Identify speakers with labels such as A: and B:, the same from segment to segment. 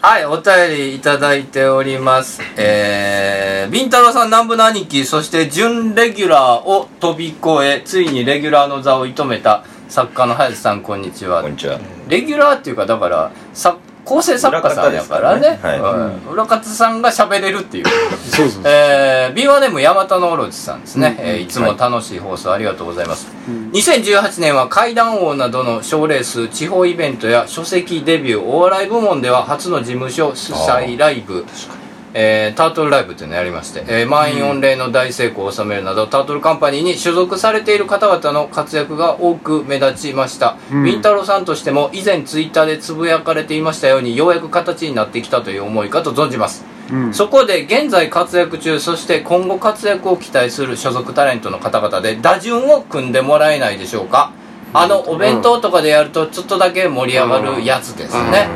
A: はい、お便りいただいております。えー、ビンタロウさん、南部の兄貴、そして準レギュラーを飛び越え、ついにレギュラーの座を射止めた作家の林さん、こんにちは
B: こん。にちは。
A: レギュラーっていうか、だから、さ構成作家さんやから
B: 裏
A: ね
B: 方です。からねはい
A: うん裏方さんが喋れるっていう。
C: そうそうそう
A: えー、B1 ネームヤマタノオロチさんですね、
C: うん
A: えーいつも楽しい放送ありがとうございます、
C: うん
A: 2018年は怪談王などの賞レース地方イベントや書籍デビューお笑い部門では初の事務所主催ライブえータートルライブというのをやりまして、えー満員御礼の大成功を収めるなど、タートルカンパニーに所属されている方々の活躍が多く目立ちました。
C: うん
A: ビンタロウさんとしても、以前ツイッターでつぶやかれていましたように、ようやく形になってきたという思いかと存じます。
C: うん
A: そこで現在活躍中そして今後活躍を期待する所属タレントの方々で打順を組んでもらえないでしょうかあのお弁当とかでやるとちょっとだけ盛り上がるやつですね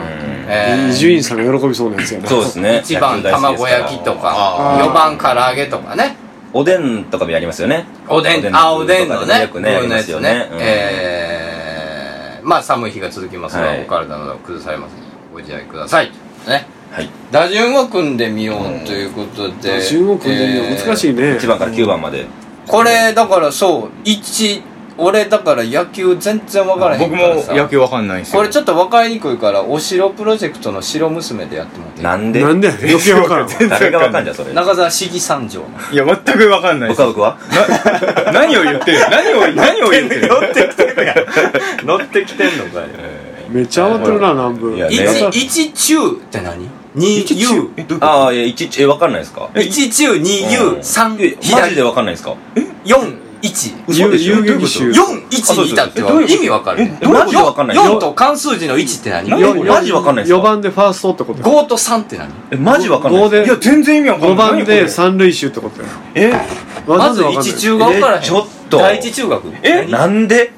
A: え
C: 伊
A: ー
C: 集院さんが喜びそうなやつやな
B: そうですね。
A: 1番
B: 野球大好
A: 卵
B: きですから
A: 焼きと
C: あ
A: か
C: ー
A: 4番唐揚げとかね
B: おでんとかもやりますよね。
A: おでんあおでんの
B: とか
A: ね
B: よくね、
A: お
B: や
A: で
B: り
A: んの
B: ま
A: や
B: す
A: つ
B: よ
A: ね
B: ね。
A: えーまあ寒い日が続きますが、
B: はい
A: お体など崩されますご自愛くださいね
B: うんはい。
A: 打順を組んでみようということで
C: 中国で難しいね
B: 1番から9番まで。
A: これだからそう一俺だから野球全然分からへん
D: 僕
A: から
D: も
A: さ
D: 野球わかんないんですよ
A: これちょっと分かりにくいからお城プロジェクトの城娘でやってもらっていい
B: なんで
C: なんで やねん余計わからんわ
D: 全然
B: 誰がわかんじゃん、それ。
A: 中澤市議三条の
D: いや全くわかんな
B: ご
D: いです
B: 家族は
D: な何を言ってる何を何を言ってる
B: ってきてるやん。
A: 乗ってきてんのかよ
C: めっちゃ慌てるな南部
B: いやね
A: 一一中って何二
C: 一中
A: U
B: ああ、いや、いちいち、え、わかんないですか
A: 一中二
B: う
A: U
B: ん
A: 三
B: え、マジで
A: 左
B: わかんないですか
A: 四一
B: 嘘でしょ
C: 遊遊撃手
A: 四一にいたっては意味わかる
B: えどういうことえマジで分かんない
A: 4と漢数字の1って何
B: 何
A: 5
B: よマジわかんないっすか
C: 4番でファーストってことや
A: と3って何
B: え、マジわかんない
C: 五
B: です
C: で
D: いや全然意味わか
C: 5
D: んない
C: 番で三塁手ってことや
D: え
A: まず一
C: 中
A: 中が分からへん
B: えちょっと
A: 第一中学
B: え、なんで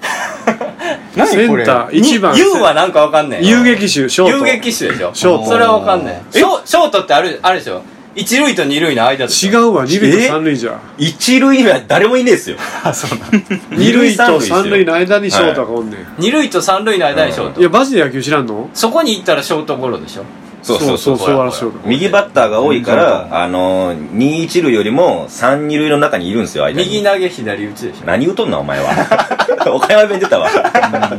C: セ
D: 何こ
C: ン
D: れ
C: ター1番
A: U はなんかわかんねえ
C: 遊撃手ショート
A: 遊撃手でしょ
C: ショート
A: それはわかんねえショショートってあるあるでしょ一塁と二塁の間でし
C: 違
A: ょ
C: うわ2塁と3塁じゃ
B: 一塁には誰もいねえっすよ。
C: 2塁と3塁
B: の。
C: の間にショートがおんねん
A: 二塁と三塁の間にショー
C: い
A: ト
C: やマジで野球知らんの
A: そこに行ったらショートゴロでしょ
B: そうそうそう。
C: そうそうらしよう
B: 右バッターが多いから、あのー、2、1塁よりも3、2塁の中にいるんですよ、間に。
A: 右投げ左打ちでしょ
B: 何言うとんな、お前は。 岡山弁出 たわ。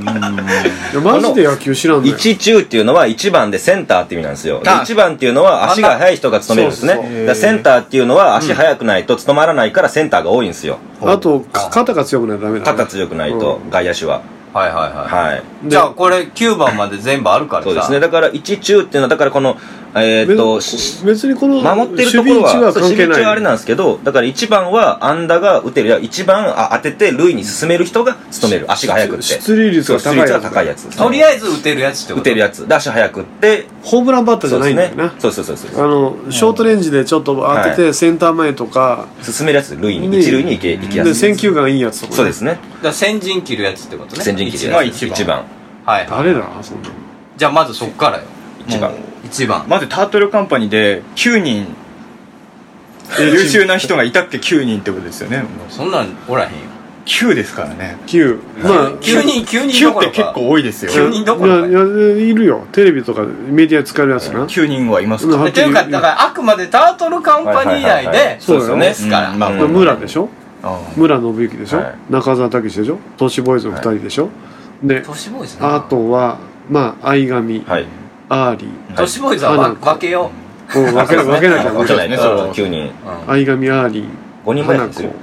C: いやマジで野球知らんのよ
B: 一中っていうのは1番でセンターって意味なんですよ。で
A: あ
B: 1番っていうのは足が速い人が務めるんですね。
C: そうそう
B: だからセンターっていうのは足速くないと務まらないからセンターが多いんですよ。
C: あとか肩が強くないとダメだ
B: 肩強くないと、外野手は。
A: はいはいは
B: はい。
A: じゃあこれ9番まで全部あるからさ
B: そうですね。だから一中っていうのは、だからこの、えーっと、し
C: 別にこの
B: 守ってるところ
C: 守備位
B: は、
C: 置は
B: そう
C: 関
B: 守備
C: 係
B: 位置はあれ
C: ない
B: なんですけど、だから1番は安打が打てる、いや1番あ当てて塁に進める人が務める、足が速くって。
C: 出塁率が高いや
B: 出
C: つ
B: 塁率が高いやつ。
A: とりあえず打てるやつってこと
B: 打てるやつ。で、足速くって、
C: ホームランバッター
B: そ
C: じゃ
B: う
C: ないんだ
B: で
C: よ
B: す
C: な
B: ね。そうそうそうそう
C: あ。のショートレンジでちょっと当ててセンター前とか
B: 進めるやつ塁
C: ね
B: に一塁に行け行きや
C: です
B: い
C: 選球眼いいやつとか
B: そうですね
A: だから先陣切るやつってことね
B: 先陣切り
A: は
B: や
A: い
B: つ一番
A: はいはい
C: 誰だそんなの
A: じゃあまずそっからよ
B: 一番
D: も
A: 1番
D: まずタートルカンパニーで9人 優秀な人がいたって9人ってことですよね
A: そんなんおらへんよ
D: 9ですからね
C: 9まあ
A: 9人9人ど
D: 9っ
A: こ
D: て
A: ろ
D: 結
A: か
D: 構多いですよ
A: 急にどころか
C: いやいやいるよテレビとかメディア使えるやつな
D: 9人はいます
C: うん
D: か
A: というかだからあくまでタートルカンパニー内
B: はいはいはいは
A: で
B: い
C: そうだよね
A: ですから、
D: うんまあ
B: うん
C: 村でしょ
D: あー
C: 村信之でしょ
B: はい
C: 中澤武史でしょトシボーイズの2人でしょで
A: 都市ボーイズね
C: あとはまあ相上
B: はい
C: アーリー
A: 都市ボーイズは
C: 花
A: わ
C: 子
A: 分けよ
C: うん分けな分けなきゃ
B: 分けない
D: そうです
B: と
D: ね
B: 9人
A: う、うん
C: 相上アーリー
B: 5人前な
C: 花
B: んで
C: 子
B: す
C: で
B: よ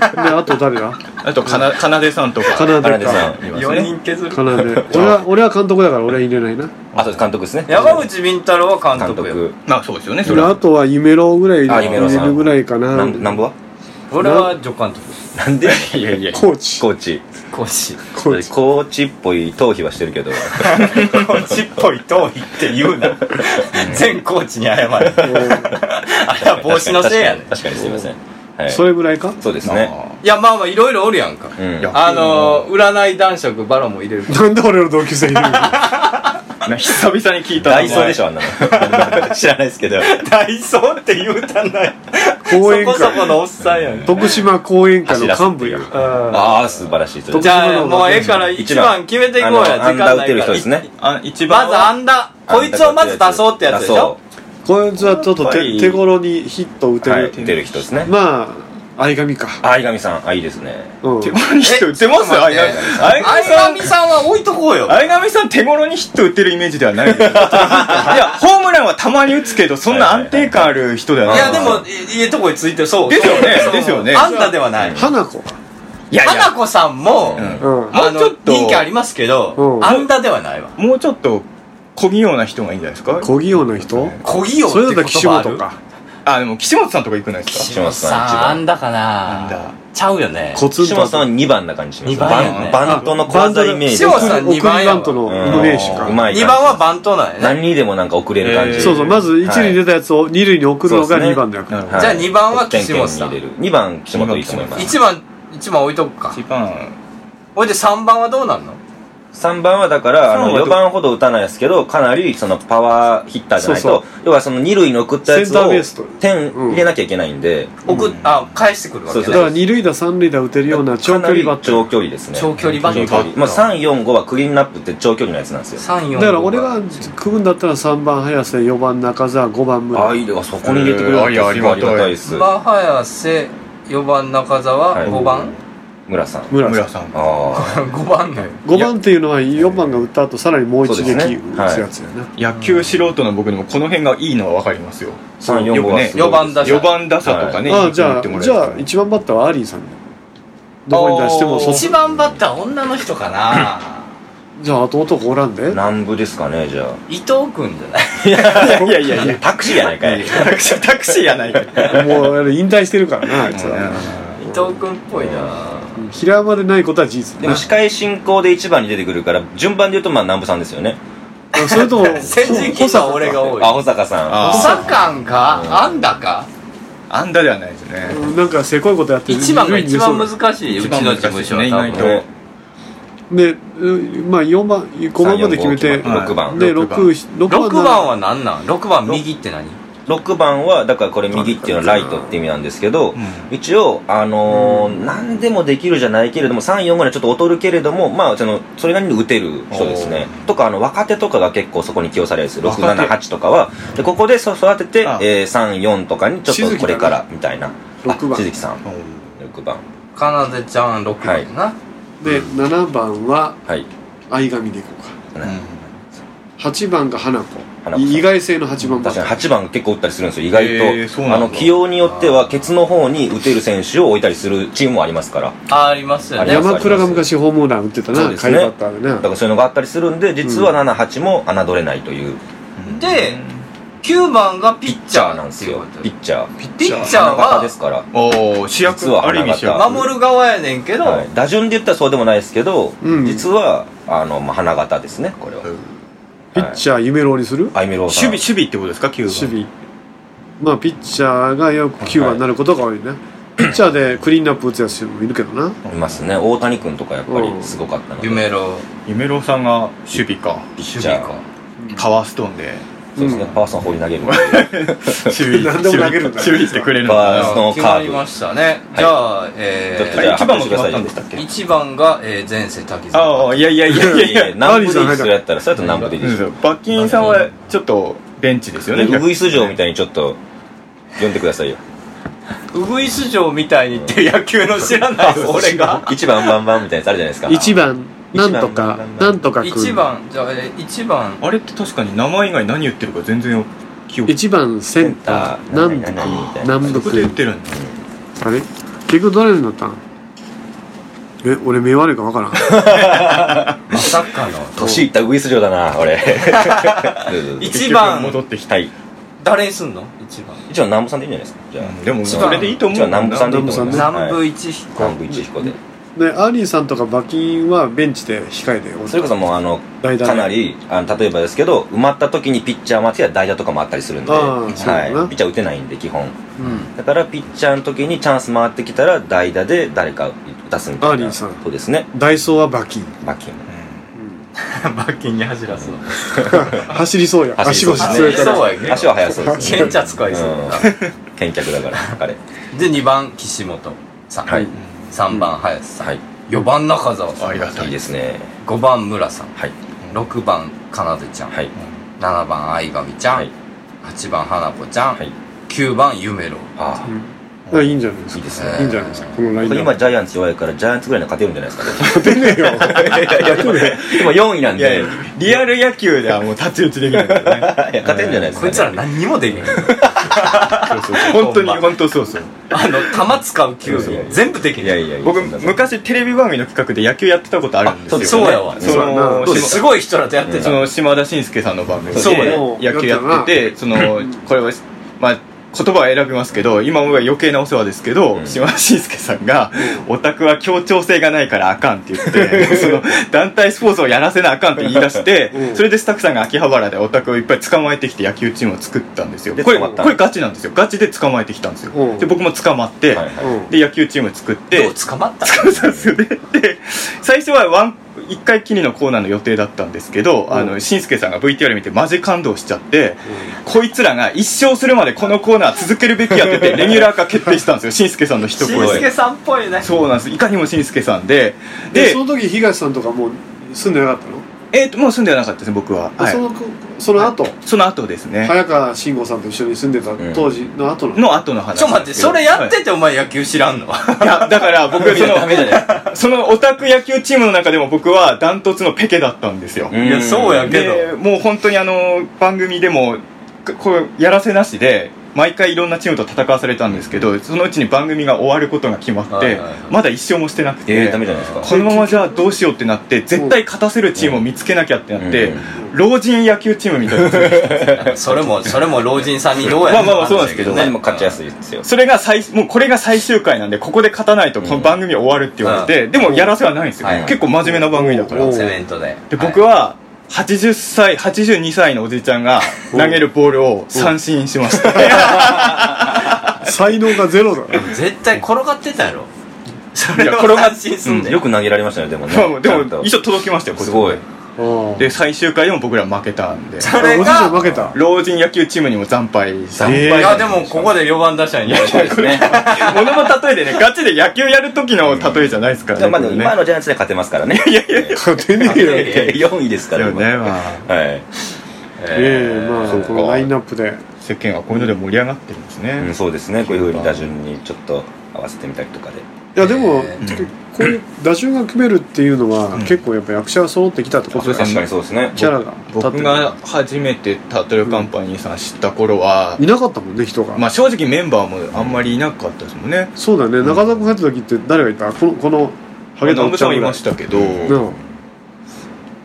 C: あと誰だ
D: あとかなかなでさんとか
C: かな
B: 原
C: で
B: 田さ
C: か
B: ん
D: います
A: 4
D: ね
A: 人削る
C: かなで俺は俺は監督だから俺は入れないな
B: あと監督ですね
A: 山口敏太郎は監
B: 監
A: 督よ
B: 督
D: まあそうですよねそれ
C: 俺あ
D: は
C: とは夢郎ぐらい
B: あ夢郎
C: 入
B: さん
C: れるぐらいかな
B: なんなんぼは
A: 俺は助監督
B: なんで
D: いやいや
C: コー チ
B: コーチ
A: 講師
C: コーチ
B: コーチっぽい頭皮はしてるけど
D: こっちっぽい頭皮って言うな
A: 全コーチに謝るあれは帽子のせいやねんい
B: 確かに確かにすいませんはい
C: それぐらいか
B: そうですね
A: やまあまあいろいろおるやんか
B: うん
D: いや
A: あのー占い男爵バロンも入れる
C: なんで俺の同級生いるの
D: な 久々に聞いた
B: ダイソーでしょ、あんなの。知らないですけど。
D: ダイソーって言うたない
C: 後援会
D: そこそこのおっさんやね
C: 徳島後援会の幹部や
B: 走
D: あ
B: ああ、素晴らしい。それ
C: と
B: じ
A: じ
B: ゃ
A: ゃあもうええから一番決めていこうや
B: あのア
A: 時
B: ンダ
A: 間
B: ー打
A: な
B: て
A: い
B: る
A: か
B: 人
A: ら
B: ですね。
D: あ一
A: ま
D: 番
A: ず アンダーこいつをまず出そうってやつでしょ
C: こいつはちょっと
B: は
C: 手
B: い
C: 手頃にヒット打て
B: 出
C: る、
B: はい、出る人ですね。
C: まあ相神か、
B: あ、相上さん、あ、いいですね。
C: うん、
D: 手頃にヒット打ってます
A: え
D: よ相上
A: 相上さんは置いとこうよ
D: 相上さん手頃にヒット打ってるイメージではないよいやホームランはたまに打つけどそんな安定感ある人ではいな
A: や
D: い
A: でもいいいとこについてるそう
D: ですよね
A: そう
D: ですよね
A: あんたではない
C: 花子はい
D: やい
A: 花
D: や
A: 子さんも
D: うん
C: うん
A: あ
D: も
A: の
D: うちょっと
A: 人気ありますけど
C: うん
A: あんたではないわ
D: もうちょっと小ぎような人がいいんじゃないですか
C: 小器用な人
A: 小木よっ
C: それ
A: て
C: だったら
A: 言
C: 岸
A: 葉ある
C: 本か
D: あでも岸本さんとかいくないですか
A: 岸本さんあんだか
D: アン
A: な
D: ダ
A: ちゃうよね
C: コツン
B: 岸
C: と
B: 本さんは2番な感じします。
A: 二番やね
B: バンバントの小技イメージ。
A: 岸本さん
C: 送り
A: 二番や
C: バ
A: わ
C: ント
B: う
C: の
B: ん
C: イメージか、
B: うまい。
A: 2番は。バントなんやね
B: 何にでもなんか遅れる感
D: え
B: じ。
D: ー
C: そうそうまず一塁に出たやつを二塁に送るの
B: そう
C: が
B: ですね
C: 二番の役、
D: なるほ
B: はい
A: じゃあ二番は岸本さん
B: 得点圏に入れる二番、岸本いいと思います。
A: 1番1番置いとくか
D: 一番
A: ほいで3番はどうなんの
B: 3番はだから、あの、
D: 三番は
B: 4番ほど打たないですけど、かなりそのパワーヒッターじゃない
C: そう
B: と、要はその2塁に送ったやつ
C: センター
B: を
C: ベースと
B: 点入れなきゃいけないんで、
A: 送っあ返してくるわけ
B: そ
A: ね
B: う
C: だから二塁打三塁打打てるような長距離バッ
B: かなり長
C: ト
B: 距離ですね。
A: 長距離バッ
B: 長
A: タ
B: 距離
A: ー
B: まあ、3、4、5はクリーンナップって長距離のやつなんですよ。
A: 3 4
C: だから俺が組むんだったら三番早瀬四番中澤五番村
B: あ、いいで、あそこに入れてくれるって
D: えーあ
B: す
D: り
B: ごいありが
D: あ
B: た
D: りがた
B: い
D: い
B: です。
A: 番早瀬4番中澤
B: はい
A: 5番
B: 村さん。あ
C: 村
D: 村
C: さ
D: さん
B: あ
A: 5番だよ
C: ん5番っていうのは4番が打った後さらにもう一撃打つやつやな、
D: 野球素人の僕にもこの辺がいいのは分かりますよ
B: ー、3、4、5はすごいです。
A: よくね四番打者
D: 4番打者とかね、
C: あ
D: いい
C: じ
D: と
C: ゃ
D: 思って
C: あ
D: もらえ
C: じ
D: る
C: ゃあ1番バッターはアリーさんどこに出しても
D: あー
C: そ
A: 1番バッター女の人かな
C: じゃああと男おらんで
B: 南部ですかね、じゃあ。
A: 伊藤君じゃない
D: いやいやいや
B: タクシーやないかい。
D: タクシータクシーやないか
C: もうあれ引退してるからなあいつは
A: 伊藤君っぽいな
C: うん平山でないことは事実
B: で
C: だ
B: も
C: な
B: 司会進行で一番に出てくるから、順番で言うとまあ南部さんですよね。
C: あそれとも
A: 先陣切った俺が多い
B: あ、保坂さん。
D: あ
A: 保坂んかあんだか
D: あんだではないですね
C: うんなんかせこいことやって
A: 1番が一番
C: い
A: 難しいう
D: 一
A: ち
D: 番
A: の
D: 難し
A: 事
D: い
A: 務所は
D: ね
A: 多
D: 意
A: 分
D: 外
B: ね
C: でうんまあ4番5番まで決めて
B: 3 4 5決まった
D: はい
B: 六番
C: で
D: 六番
C: 6
A: 6
C: 番
A: 番は何なん6番右って何
B: 6番はだからこれ右っていうのはライトって意味なんですけど、
D: ん
B: 一応あのー何でもできるじゃないけれども345はちょっと劣るけれどもまあそのそれなりに打てる人ですねとかあの若手とかが結構そこに起用されるんですよ
D: 若手
B: 678とかはでここでそ育てて、
D: あ
B: えー、34とかにちょっとこれからみたいな
C: 六番
B: あ千月さん6番
A: かなでちゃん6番やな
C: で7番は
B: はい
C: 相上でいこうか
D: うん
C: 8番が花子
B: 花子さん
C: 意外性の8番バ
B: 確
C: ッタ
B: かに
C: ー
B: 8番結構打ったりするんですよ意外と、
D: へーそうなんだ
B: あの起用によってはケツの方に打てる選手を置いたりするチームもありますから
A: あありますよ
B: ありま
A: ね
B: す
C: 山倉が昔ホームラン打ってた
B: そう
C: な
B: です
C: 下位
B: ね
C: バッターで
B: だか
C: な
B: らそういうのがあったりするんで実は78も侮れないという
A: で9番がピ
B: ピッ
A: ッチ
B: チャ
A: ャ
B: ー
A: ー
B: なんですよ
A: っていうこと
B: ピッチャー
C: ピッ
A: ピ
C: チャ
A: ッ
C: ー
A: チャー
B: 花形
A: は
B: ですから、
D: おお主
B: 実
D: 役
B: は
D: ある意味主
B: 花形
D: 役
A: 守る側やねんけど、
B: はい、打順で言ったらそうでもないですけど、
C: うん
B: 実はあの、まあ、花形ですねこれは
C: ピッチャー夢郎にする
B: アイメロー
D: 守
B: さん
D: 備守備ってことですか9番
C: 守備まあピッチャーがよく9番になることが多いねピッチャーでクリーンナップ打つやつもいるけどない
B: ますね大谷君とかやっぱ
C: う
B: り
C: ん
B: すごかったので、
A: 夢郎
D: 夢郎さんが守備か
B: ピッ
A: 守
B: チ
A: 備
B: ャー
A: か
D: パワーストーンで
B: そうですね、
C: うん
B: パーソン放り投げる
D: 守備
C: 何でも投げるんだ
D: 守備してくれるの
B: パワース
D: か
B: トーン
A: 決まりましたね、じゃあ、
B: ちょっと
A: え
B: じゃあ
D: 一
B: 発
D: 番
B: 表
D: も
B: してく
D: 決
B: ださい
D: まったん
B: よ
D: でしたっけ
A: ー、1番が、えー、前世滝
D: あ
A: 沢
D: あいやいやいやいや
B: いや
D: い
B: い
D: や
B: や南部で一緒やったらそれと南部でいいですよ
D: うん罰金さんはちょっとベンチですよね
B: ウグイス嬢みたいにちょっと呼んでくださいよ
A: ウグイス城みたいにっていう野球の知ら ない俺が
B: 1番バンバンみたいなやつあるじゃないですか
C: 1番なんと
B: 一
C: か
B: 番
C: なんとか君
A: 1番じゃあ、えー、1番
D: あれって確かに名前以外何言ってるか全然記憶
C: 一番センターなんと
B: センター何々みた
C: か
B: いな
C: 南部
D: どこで言
C: 君
D: ってるんだ
C: あれ結局どれになったんえ俺目悪いか分からん
A: まさかの
B: 年いったウグイス嬢だな俺どうぞどうぞ
A: 一番
D: 結局戻ってきた
B: はい
A: 誰にすんの1番
B: 一応南部さんでいいんじゃないですかじゃあ、
D: でも
A: 一番
D: それでいいと思う
B: じゃあ南部さんでいいと思います
A: 南
B: は
A: 部
B: い
A: 一彦、
B: 南部一彦で
C: でアーリーさんとか馬琴はベンチで控えでおる
B: それこそもうあの
C: 代打で
B: かなりあの例えばですけど埋まった時にピッチャー待ちや代打とかもあったりするんで、
C: あ
B: は、
C: ーそうだない
B: ピッチャー打てないんで基本
C: うん
B: だからピッチャーの時にチャンス回ってきたら代打で誰か打たすみたいな
C: アーリーさん
B: そうですね
C: ダイソーは馬琴
B: 罰金
D: うん
A: 罰金に走らすの
C: 走りそうや
B: 走
C: 足
B: り
C: 腰
B: そう
C: 強い
B: ですね
C: から
A: そうやけど
B: 足は速そうです
A: 剣茶使いそうだな
B: 見客だから彼
A: で2番岸本さん、
B: はい
A: 3番林さん、
B: はい
A: 4番中澤さん
D: ありがた
B: いいですね
A: 5番村さん
B: はい
A: 6番かなでちゃん、
B: はい
A: 7番相上ちゃん、
B: はい
A: 8番花子ちゃん、
B: はい
A: 9番夢ろ
B: あ
C: うんだからいいんじゃないです
B: あいい
A: ね
B: ですね
C: かいいんじゃないですかこのラインナッ
B: 今ジャイアンツ弱いからジャイアンツぐらいの勝てるんじゃないですかね
C: プ出ねえよ
B: 今4位なん
D: いやい
B: で
D: やリアル野球ではもう立ち打ちできないからね
B: いや勝てるんじゃないですかね
A: こいつら何にもできへん
D: そうそうそう本当に本当そうそう
A: あの球使う球
B: いやいやいや
A: 全部できへん
B: いやいやいや
D: 僕
B: そんなそんな
D: 昔テレビ番組の企画で野球やってたことあるんですよ
B: あ
A: そうやわ
D: その
C: そうやな
A: すごい人らとやってた、
D: その島田紳介さんの番組で
A: そうや
D: 野球やっててそのこれはまあ言葉は選びますけど今思えば余計なお世話ですけど、
B: うん
D: 島田紳介さんが「オタクは協調性がないからあかん」って言ってその団体スポーツをやらせなあかんって言い出して、
C: うん
D: それでスタッフさんが秋葉原でオタクをいっぱい捕まえてきて野球チームを作ったんですよ
B: で
D: これ
B: 捕まった
D: これガチなんですよガチで捕まえてきたんですよ、
C: うん
D: で僕も捕まっ
B: は
D: て、
B: いはい
C: うん
D: で野球チーム作って
A: どう捕まった
D: そうそうでで最初はワン1回きりのコーナーの予定だったんですけど、
C: ん
D: あのしんすけさんが VTR 見てマジ感動しちゃって、こいつらが一生するまでこのコーナー続けるべきやって てレギュラー化決定したんですよしんすけさんの一
A: 紳
D: 声
A: 助
D: で
A: さんっぽいね
D: そうなんですいかにもしんすけさんで
C: で
D: で
C: その時東さんとかもう住んでなかったの
D: えー、ともう住んではなかったです僕は、はい
C: そ、のその後
D: その後ですね、
C: 早川慎吾さんと一緒に住んでた当時の後なの
D: の後の話
A: ちょ待ってそれやっ
D: は
A: ててお前野球知らんの
D: いいやだから僕そ
B: ダメじゃ
D: の
B: ない
D: そのオタク野球チームの中でも僕はダントツのペケだったんですよ、
A: いやそうやけど
D: でもう本当にあの番組でもここうやらせなしで毎回いろんなチームと戦わされたんですけどそのうちに番組が終わることが決まって、
A: はいはいはい
D: まだ一勝もしてなくて、
B: えーダメじゃないですか
D: このままじゃあどうしようってなって絶対勝たせるチームを見つけなきゃってなって、
B: うんうん
D: 老人野球チームみたいなのを作りました
A: それもそれも老人さんにどうや
D: まあまあまあそうなんですけど
B: でも勝ちや
A: い
B: すいですよ
D: それが最もうこれが最終回なんでここで勝たないとこの番組終わるって言われて、でもやらせはないんですよ、
A: はいはい
D: 結構真面目な番組だから、
C: おう
A: セメントで
D: で僕
A: は
D: は80歳82歳のおじいちゃんが投げるボールを三振しました
C: 才能がゼロ だな
A: い絶対転がってたやろそれ
D: いや
A: を
D: 転がっ
A: 三振すんで、
B: よく投げられましたねでもね
D: まあで
B: ちゃんと
D: も一応届きましたよ
B: すごい
C: うん
D: で最終回でも僕ら負けたんで
A: そ
C: おじ
A: れ
C: いちゃん
A: が
C: 負けた
D: 老人野球チームにも惨敗した
C: え
A: いやでもここで4番打者に
B: そうですね
D: 物の例えでねガチで野球やる時の例えじゃないですから
B: でも
D: ね
B: まあでも
D: これね
B: 今のジャイアンツで勝てますからねいやいやいや
C: 勝てねえ よ
A: いや
B: 4位ですから
D: よ
B: 今
D: ねまあ
B: はい
C: ええま
D: そう
C: あ
D: か
C: このラインナップで
D: 世間はこういうので盛り上がってるんです
B: う
D: ね
B: ん、そうですねこういうふうに打順にちょっと合わせてみたりとかで
C: いやでも
A: え
D: ー
C: てかこういう打順が組めるっていうのは
D: ん
C: 結構やっぱ役者が揃ってきたってこと
D: そう
C: だ
D: です
B: 確か
C: ね
D: ね
B: にそうですね
C: キャラが立って
D: 僕
C: る
D: が初めてタートルカンパニーさん知った頃はい
C: なかったもんね人が
D: まあ正直メンバーもあんまりいなかったですもんね
C: そうだね中澤君入った時って誰がいたこのこのハゲたお
D: ノ
C: っ
D: ブ
C: ちゃ
D: さん
C: ん
D: はい
C: ぐらい
D: ましたけど
C: うん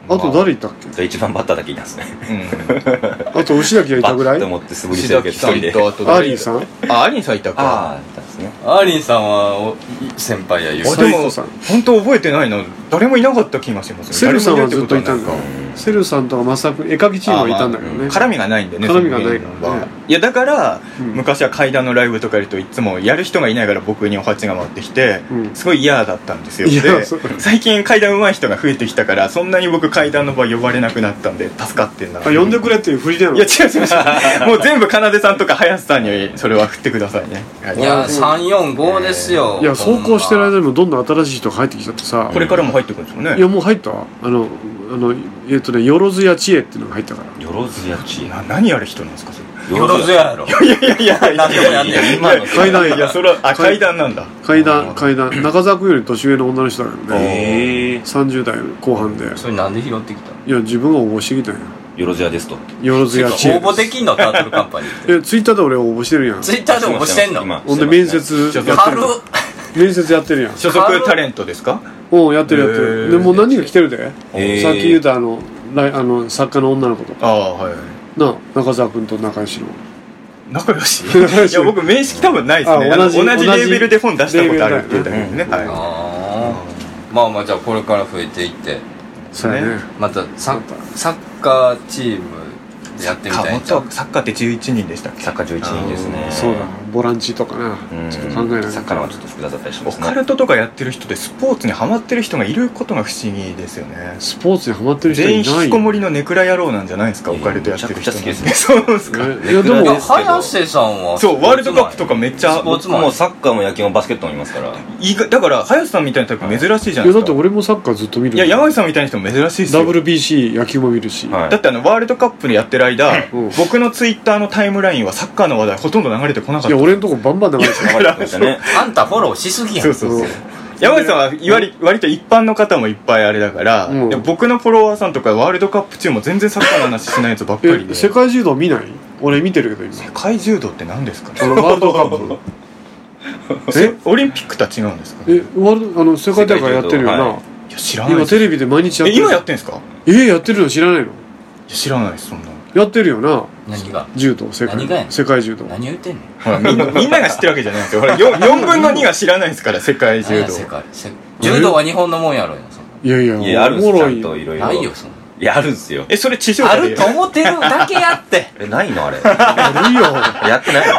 C: あと誰いたっけ
B: 一番バッターだけいたんですね
D: うん
C: あと牛崎がい
B: バ
C: たぐら
B: ッ
C: い
B: と
C: ア
B: 思って素振りし
D: 石
B: てるけ
D: 崎
B: ど
D: さん
B: 一人で
D: とあと
C: ーリーさん
D: あアーリンさんいたか
B: ああいたんですね
A: アーリンさんはお先輩や言う
D: あ
C: あ
D: で
C: で
D: も
C: も
D: 本当覚えてないの誰もいなかった気がしますよ
C: セルさんはずっといたんだ
D: 誰も
C: セルさんとかマサ君絵描きチームはいたんだけど
D: な
C: ね
D: いから絡みがないんでね
C: 絡みがないからね
D: そのメンバーいやだから、
C: うん
D: 昔は階段のライブとかやるといつもやる人がいないから僕にお鉢が回ってきて、
C: うん
D: すごい嫌だったんですよ
C: いや
D: で
C: そう
D: 最近階段上手い人が増えてきたからそんなに僕階段の場呼ばれなくなったんで助かってんな
C: あ呼んでくれっていう振りだよ
D: いや違う違う違 うもう全部奏さんとか林さんにそれは振ってくださいね、はい
A: いや345ですよ
C: いや走行してる間
A: い
C: にもどんどん新しい人が入ってきちゃってさ
D: これからも入ってくるんですもんね
C: いやもう入ったわあのあのえっとねよろずや知恵っていうのが入ったから
B: よろずやち
D: な何やる人なんですかそ
A: よろずややろ
D: れいやいやいやい
A: 何でもやんねん今の
C: 階段
D: いやいやそれはあ階段なんだ
C: 階段階段中澤君より年上の女の人だけどね
B: ええ
C: 30代後半で
A: それなんで拾ってきたの
C: いや自分が応募してきたんや
B: よろずやですと
C: よろずや知恵
A: 応募できんのタートルカンパニーって
C: えツイッターで俺応募してるやん
A: ツイッターで応募してんの
B: 今
C: ほんで面接やってる
A: 軽っ
C: 面接やってるやん
D: 所属タレントですか
C: うんやってるやって
D: へー
C: るでもう何が来てるで
B: へー
C: さっき言うたあのライあの作家の女の子とか
D: ああはい
C: なあ中澤君と仲良しの
D: 仲良し
C: 仲良
D: い
C: し
D: や僕面識多分ないですね
C: あ
D: あの
C: 同
D: 同
C: じ
D: じレーベルで本出したことあるって言ったけどね、は
A: あーまあまあじゃあこれから増えていって
C: そうやね
A: またサッサッカーチームでやっ
D: い
A: てみたいんちゃ
D: サッカー
A: う
D: サッカーって11人でしたっけ
B: サッカー11人ですね
C: そうだボランチとか
B: う
C: な、
B: ん
C: ちょっと考えない
B: サッカーの方がちょっと複雑だったりしま
D: オ
B: す
D: カ
B: ね
D: ルトとかやってる人でスポーツにハマってる人がいることが不思議ですよね
C: スポーツにハマってる人いな
D: 全員
C: い
D: 引きこもりのネクラ野郎なんじゃないですか、
B: いや
D: オカルトやってる人なんて
B: めちゃくちゃ好きです
D: そうですか
C: えい
B: ネク
C: やで
A: いや
B: ラで
C: も
B: すけど
A: 早瀬さんは
D: そうワールドカップとかめっちゃ
A: スポーツマン
B: もうサッカーも野球もバスケットもいますから
D: 意外だから林さんみたいなタイプ珍しいじゃ
C: い
D: な
C: やだ
D: いです
C: って
D: か
C: 俺もサッカーずっと見る
D: いや山口さんみたいな人も珍しいですよ
C: WBC 野球も見るし、
B: はい
D: だってあのワールドカップでやってる間、
C: うん
D: 僕のツイッターのタイムラインはサッカーの話題ほとんど流れてこなかっ
C: いや
D: た
C: 俺のとこバンバン流 れてた
B: 流れてましたね
A: あんたフォローしすぎや
D: そうんそうそう
C: うん
D: 山口さんはいわり割と一般の方もいっぱいあれだから、
C: うん
D: で僕のフォロワーさんとかワールドカップ中も全然サッカーの話しないやつばっかり
C: え
D: で
C: 世界柔道見ない俺見てるけど今
D: 世界柔道って何ですか
C: あ
D: ね
C: のワールドカッ
D: えオリンピックとは違うんですか
C: プ
D: ね
C: えワールドあの世界大会やってるよな、
B: はい
D: や知らない
C: 今
D: です
C: テレビで毎日やっ
D: え
C: てる
D: 今やってんですかい
C: えやってるの知らないの
D: や知らないですそんな
C: やってるよな
A: 何が
C: 柔道世
A: 何がやね
C: 界
A: ん
C: 世界柔道
A: 何を言ってんの
D: ほらみんみんなが知ってるわけじゃないんですよほ ら 4, 分の2が知らないですから世界
A: 何
D: 柔
A: や
D: 道
A: 世界せ柔道は日本のもんやろよそん
C: いやいや
B: いやあるん
C: お
B: です
C: も
B: ちゃ
C: ろ
B: ん
C: い
B: といろい
A: な
B: ろ
A: ないよそん
B: いやあるんですよ
D: えそれ地上
A: な
D: 波
A: あ
D: で
A: ると思ってるだけやって
B: えないのあれ
C: あるよ
B: やってないの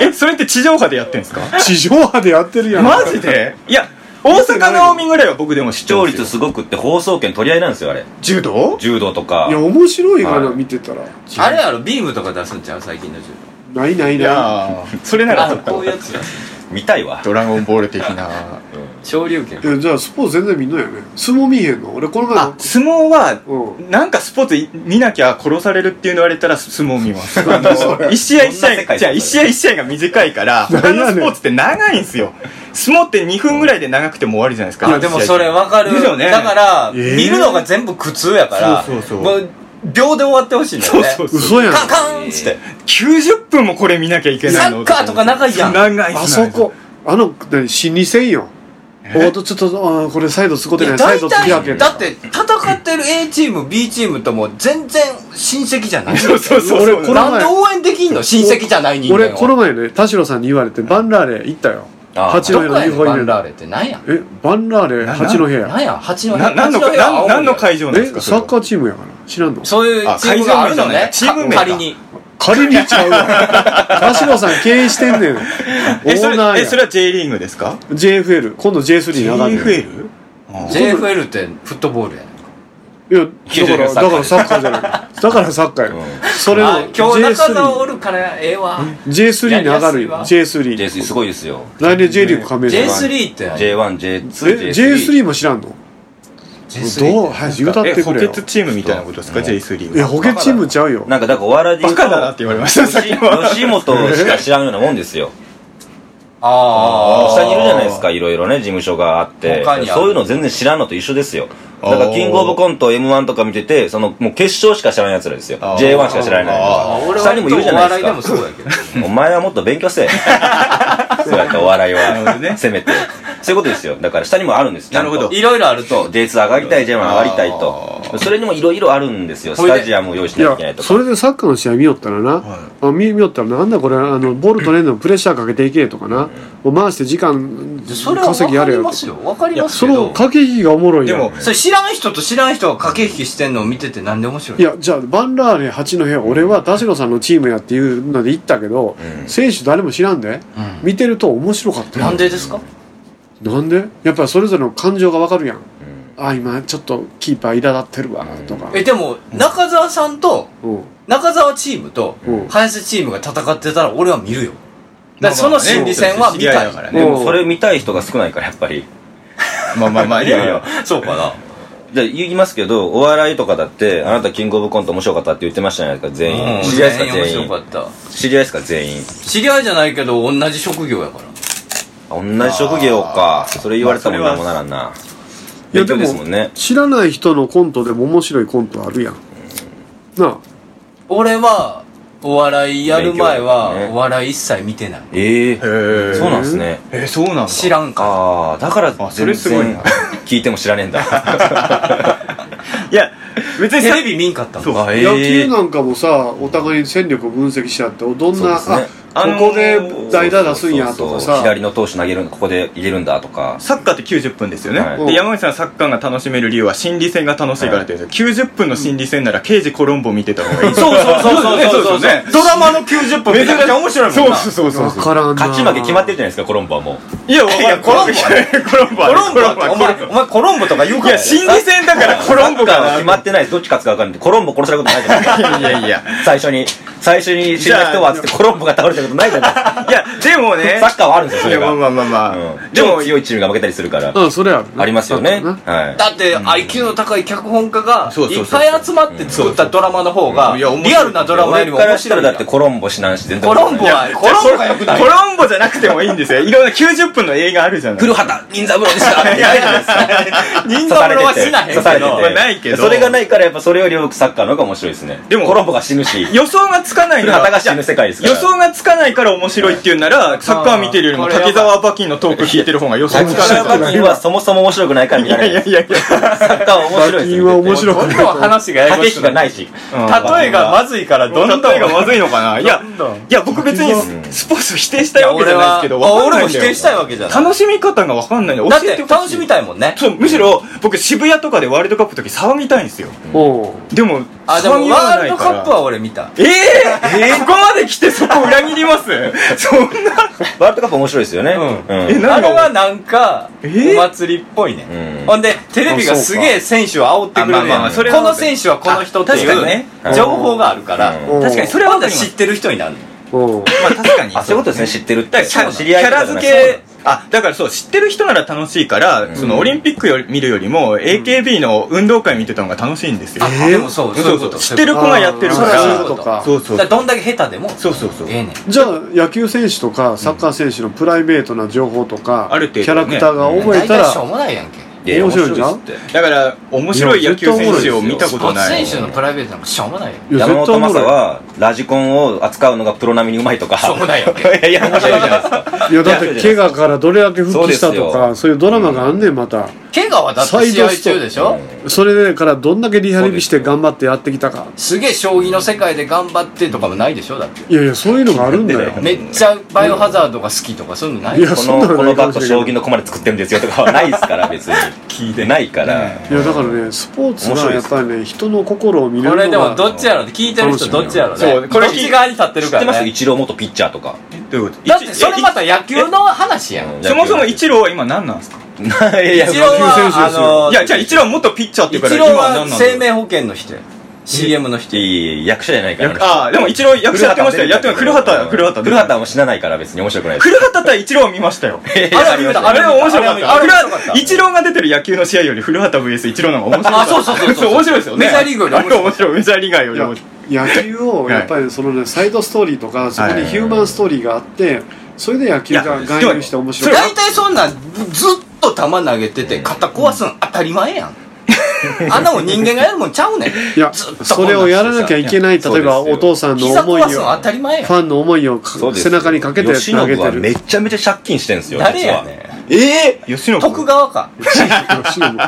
D: えそれって地上波でやってんですか
C: 地上波でやってるやん
D: マジで いや大阪の近江ぐらいは僕でも視
B: 視聴
D: 聴率
B: 率すごくって放送権取り合いなんですよあれ
D: 柔道
B: 柔道とか
C: いや面白いかな
B: はい
C: 見てたら
A: あれやろビームとか出すんちゃう最近の柔
C: ないない
D: い
C: な
D: やーそれな
A: 道
D: ら
A: あ
D: そっか
A: こういうやつだ
B: 見たいわ
D: ドラゴンボール的な
A: 昇竜拳
C: いいやじゃあスポーツ全然見んのやね相撲見えへんの俺この前
D: あ相撲は
C: うん
D: なんかスポーツい見なきゃ殺されるっていうの言われたらす相撲見ます。あの一試合一
B: どんな世
D: 試合、
B: 界
D: じゃあ一試合一試合が短いから、
C: なんやね
D: 他
C: ん
D: のスポーツって長いんですよ。相撲って2分ぐらいで長くても終わりじゃないですか。
A: あでもそれわかる
D: ですよね。
A: だから、
C: えー
A: 見るのが全部苦痛やから
D: そうそうそう
A: もう秒で終わってほしいんだよ
D: そう
A: ね
D: そうそう。
C: 嘘やん
A: カンカンっつって
D: 90分もこれ見なきゃいけない
A: サ
D: の。
A: ッカーとか長いやん
D: 長いっす長いっす
C: あそこあの何心理戦よおっとちょっとあーこれサイド使って
A: い
C: な
A: や
C: いサイ
A: 大
C: ド次開け
A: 体
C: る
A: だって戦ってる A チーム B チームとも全然親戚じゃない
D: そうそうそう。
C: 俺この前
A: なんで応援できんの親戚じゃない人間
C: 俺この
A: は
C: 前ね田代さんに言われてバンラーレ行ったよ
B: あー
C: 八戸
A: どこ
C: の
A: やね
C: UFO
A: んバ
C: イベ
A: ン
C: ン
A: ラー
C: ト
A: レって何や
C: えバンラーレ
D: なな
C: 八戸や
A: 何や八戸
D: な何の
A: 八戸は青
D: 何
A: 森
D: 何の会場なん
C: え
D: ですかそれ
C: サ
D: は
C: ッカーチームやから知らんの
A: そういうチームがあるのね
D: あ会場名じゃないチーム名か
A: 仮に
C: 仮にち ゃうわ田代さん経営してんねんオ
D: え、そ
C: ーナ
D: れ、え、そ
C: ー
D: れ
C: や
D: は J リーグですか
C: JFL 今度 J3 に上がるねん
D: ?JFL? あー
A: JFL ってフットボールやねん
C: いやだからだからサッカーじゃないだからサッカーや、
B: う
C: それを
A: あ今日中澤お
C: J3
A: るからええわ
C: J3 に上が
A: や
C: るよ
A: りや
C: J3
B: ん J3 すごいですよ
C: 来年 J リーグ加盟する
A: J3 って何
B: J1J2J3
C: え J3 も知らんの
A: J3
C: どう早く歌っ
D: え、
C: てく
D: 補
C: れよ
D: 欠チームみたいなことですか
B: うん
D: ?J3 は。
C: いや補欠チームちゃうよ
B: なんかだからお笑いで言うと
D: バカだなって言われましたさっきは
B: 吉吉本しか知らんようなもんですよ
A: ああ
B: 下にいるじゃないですかいろいろね事務所があって
A: 他にある
B: そういうの全然知らんのと一緒ですよだからキングオブコント m 1とか見ててそのもう決勝しか知らないやつらですよ
D: あー
B: J1 しか知らない
D: あ
A: あ
B: の
A: 俺
B: 下にもいるじゃない
A: はお笑いでも
B: です
A: そ
B: か
A: うやけど
B: お前はもっと勉強せえそうやってお笑い
D: なるほ
B: は
D: どね
B: せめてそういうことですよだから下にもあるんですちゃんと
D: なるほど
A: いろいろある
B: そ
A: と
B: う J2 上がりたい J1 上がりたいと
D: あー
B: それにもいろいろあるんですよ
A: ほい
B: ス
A: で
B: タジアムを用意し
C: い
B: なきゃ
C: や
B: いけないとか
C: それでサッカーの試合見よったらな、あ見見よったらなんだこれあのボール取れんのプレッシャーかけていけとかな、もう回して時間
A: それは分
C: 稼ぎや
A: か
C: れ
A: り
C: よ
A: ますよ分かります
C: そ
A: け
C: の
A: ど
C: 駆け引きがおもろい
D: で
C: やん
D: も、
A: それ知らん人と知らん人が駆け引きしてんのを見ててなんで面白い
C: いやじゃあバンラーレ八戸俺は田代さんのチームやっていうので行ったけど、
B: うん
C: 選手誰も知らんで、
A: うん
C: 見てると面白かったよ
A: なんでですか
C: なんでやっぱりそれぞれの感情がわかるやん
B: うん
C: あ今ちょっとキーパー苛立ってるわ
B: うん
C: とか
A: えでも中澤さんと
C: うん
A: 中澤チームと
C: うん
A: 林チームが戦ってたら俺は見るよだからその心理戦は見
D: まあまあ
A: たい
D: ね知り合いだから
B: で
D: ね。
B: もそれ見たい人が少ないからやっぱり
D: まあまあまあ、いやいや。
A: そうかな
B: じゃあ言いますけどお笑いとかだってあなたキングオブコント面白かったって言ってましたじゃないですか全員
A: うん
B: 知り合いですか
A: 面
B: 全
A: 白か
B: 員
A: った
B: 知り合いですか全員
A: 知り合いじゃないけど同じ職業やから
B: あ同じ職業かそれ言われたもん
D: まあ
B: な
D: そ
B: も
D: れ
B: な
D: は
B: らんない
C: や
B: 勉強ですもんね
C: 知らない人のコントでも面白いコントあるやんな
A: 俺はお笑いやる前は
B: 勉強ね
A: お笑い一切見てない
B: ええ
D: へー
B: そうなんですね
D: えー、そうなんだ。
A: 知らんか
B: ああだから
D: あそれ
B: 全
D: すごい
B: 然
D: な
B: 聞いても知らねえんだ
D: いや、別
A: テ
D: にさ
A: レビ見んかったもん
D: そう
B: あ
C: あ
B: ええ
C: 野球なんかもさお互いに戦力を分析し合ってどんな、
B: そうですね
C: あ
D: あのー
C: ここで代打出すんやとか
B: そうそうそう
C: さ
B: 左の投手投げるんここで入れるんだとか
D: サッカーって90分ですよね、
B: はい
D: で山口さんサッカーが楽しめる理由は心理戦が楽しいからって言うんですよ、90分の心理戦なら刑事コロンボ見てた方がいい
B: そうそうそうそうそう
D: そうそう
B: ドラマの90分めちゃくちゃ面白いもんな
D: そうそうそう
C: わ
D: そう
C: からんな
B: 勝ち負け決まってるじゃないですかコロンボはもう
D: いやわかんない
B: いやコロンボはね
D: コロンボ
B: コ
D: はね
B: ロンボはお
D: コロンボは
B: 前お前コロンボとか言う
D: い
B: から
D: や心理戦だからコロンボ
B: サッカ
D: か
B: ーは
D: な
B: 決まってないですどっち勝つか分かんないコロンボ殺されることないじゃない
D: いやいやいや
B: 最初に最初に死んだ人はっつってコロンボが倒れたことないじゃない
D: いやでもね
B: サッカーはあるんですよそれ
D: いやま
B: が
D: あまあまあまあ、
B: うんで
D: でも
B: も強いチームが負けたりするから
C: うんそれある
B: ありますよね
C: な
B: はい
A: だって IQ の高い脚本家が
D: そう
A: い
D: そう
A: っ
D: そう
A: ぱい集まって作ったドラマの方が
D: いや面白い
A: リアルなドラマより
B: 俺
A: も
B: から
A: 面
B: した
A: 白
B: ら
A: い
B: だってコロンボ死なんし全然
A: コロンボはコロンボが良くない
D: コロンボじゃなくてもいいんですよいろんな90分の映画あるじゃない
B: 古畑任三郎でしたいやいや
A: 人造のは死なへんけ
B: 刺されてて
A: ど
D: まあないけど
B: それがないからやっぱそれよりよくサッカーの方が面白いですね
D: でも
B: コロンボが死ぬし
D: 予想がつかない
B: 古
D: のは
B: 畑が死ぬ世界ですから
D: 予想がつかないから面白いっていうなら、サッカー見てるよりも
A: これやば
D: 滝
A: い
D: 沢馬琴のトーク聞いてる方が予想
B: 滝
D: つかな
B: 沢
D: い。
B: 馬琴はそもそも面白くないから見られ
D: い
B: ない
D: やいやいや。
B: サッカーは面白いです
C: 馬琴は面白
A: どんどん話がややこ
B: 駆け
A: しく
B: 引きが
A: な
B: ないいし
A: 例えがまずいからどんどん
D: 例えがまずいのかないや
A: どんどん、
D: いや、僕別
B: う
D: に
B: ん
D: スポーツを否定したいわけじ
A: 俺
D: ゃないです
A: は
D: けど、わかん
A: 俺
D: ない
A: も
D: ん
A: 否
D: だよ
A: 定したいわけじゃない
D: 楽しみ方がわかんないの。
A: だっ
D: 教え
A: て
D: て
A: 楽しみ
D: い。
A: たいもんね
D: そう、むしろ、僕渋谷とかでワールドカップの時騒ぎたいんですよ。
C: おう
D: でも、
A: あでも
D: 騒ぎ
A: ワ
D: が
A: ー
D: な
A: ル
D: い
A: ド
D: か
A: カ
D: ら
A: ップは俺見た
D: ええここまで来てそこ裏切ります そんな。
B: ワールドカップ面白いですよね
A: うん
B: うん
D: えな
A: あ
D: 何が
A: れはなんか
D: えー
A: お祭りっぽいね
B: うん
A: ほんでテレビがすげえ選手を煽ってく
D: あ
A: る
D: まあま
A: ね
D: あそれは
A: この選手はこの人ってい
D: あ確かにね
A: う情報があるから
B: うん
C: うん
A: 確かにそれは知ってる人になるの
C: おう
D: まあ確かに
B: あそういうことですね知ってるっ
D: だ
B: て
D: からキ
B: 知り合
D: ャ
B: いと
D: ラ
B: かじゃ
D: 付
B: なくて
D: けあだからそう知ってる人なら楽しいから、そのオリンピックより見るよりも AKB の運動会見てたのが楽しいんですよ、
A: あでもそうそういうこと
D: 知ってる子がやってるか
A: あー
D: ら
A: そういうこと
C: か
D: そうそう
A: だからどんだけ下手でも
D: そうそうそう
A: ええねん
C: じゃあ野球選手とかサッカー選手のプライベートな情報とか、
D: ある程
C: キャ
D: 度ね
C: ラクターが覚え
A: 大
C: たら、
A: 体しょうもないやんけ
B: いや
C: 面白いじゃん
B: 面白ですって
D: だから面白い野球選手を見た
A: ス
D: こ
A: ポ
D: と
A: ーツ
D: ない
A: 選手のプライベートなんかしょうもないよ
C: いや
B: 山
C: 絶対お
B: 本
C: も
B: 昌
C: ろい
B: はラジコンを扱うのがプロ並みにうまいとか
A: しょうもないやんけ
B: いやいや面白いじゃないですか
C: いやだって怪我からどれだけ復帰したと
B: そうです
C: か
B: よ
C: そういうドラマがあんねんまた、
A: 怪我はだって試合中でしょ
C: それからどんだけリハビリして頑張ってやってきたか
A: すげえ将棋の世界で頑張ってとかもないでしょだって
C: いやいやそういうのがあるんだよ
B: うん
A: めっちゃバイオハザードが好きとかそういうのない
C: いや
B: こ
C: そんな
B: の
C: の
B: こ
C: な
B: の
C: いか
B: バッ
C: もし
B: ト
C: れん
B: 将棋の駒で作ってるんですよとかはないですから別に聞いてないから
C: いやだからねスポーツ
B: 面白
C: はい
B: で
C: や
B: す
C: っぱりね人の心を見れ
A: こ
C: る
A: れで
C: の
A: も
C: が
A: どっちやろうって聞いてる人どっちやろうね
D: そう
A: こ
D: こ
A: れ
D: れ
A: どっち側に立ってる
B: 知っ
A: か
B: てま
A: ら
B: す
A: ね
B: 一郎元ピッチャーとか
D: えどういうこと
A: だってそれまた
D: い
A: 野球の話やん
D: そもそも一郎は今何なんですか
B: いやい や
A: 一郎は
C: 野球選手ですよ
A: あの
D: いやじゃあ一郎は元ピッチャーっていうから
A: 一
D: 今
A: 郎
D: は
A: は
D: 何なん
A: 生
D: だ
A: 命保険の人や CM の人や
B: いい役者じゃないからね
D: ああでも一郎役者やってましたよやってました古畑古畑
B: 古畑も死なないから別に面白くないです
D: 古畑対一郎は見ました よ
A: あれは見た
D: あれは面白かった。
A: あ
D: あ
A: れ
D: れ
A: は面白か
D: は
A: っ、た
D: 一郎が出てる野球の試合より古畑 VS 一郎の方が面白かった。
A: あそうそうそうそう
D: 面白いですよね。
A: メジャーリーグより面
D: 面
A: 白い
D: 白い。面白い。メジャーリーガーより面白い。
C: いや野球をやっぱりそのねサイドストーリーとかそこにヒューマンストーリーがあってそれで野球が
D: いや
C: 含有して面白い
A: 大体そんなんずっと球投げてて肩壊すの当たり前やんあんなもん人間がやるもんちゃうねん
C: いや
A: ずっと
C: それをやらなきゃいけない例えば
B: そうですよ
C: お父さんの
A: 膝
C: 思いを
A: 壊すの当たり前や
C: フ
A: ん
C: ァンの思いをか
B: そうです
C: 背中にかけて
B: 吉野
C: 投げて
B: は
C: る
B: めちゃめちゃ借金してんすよ
A: 誰や
B: 実は
A: ね
D: ええ吉野
A: ん徳川か
C: 吉野も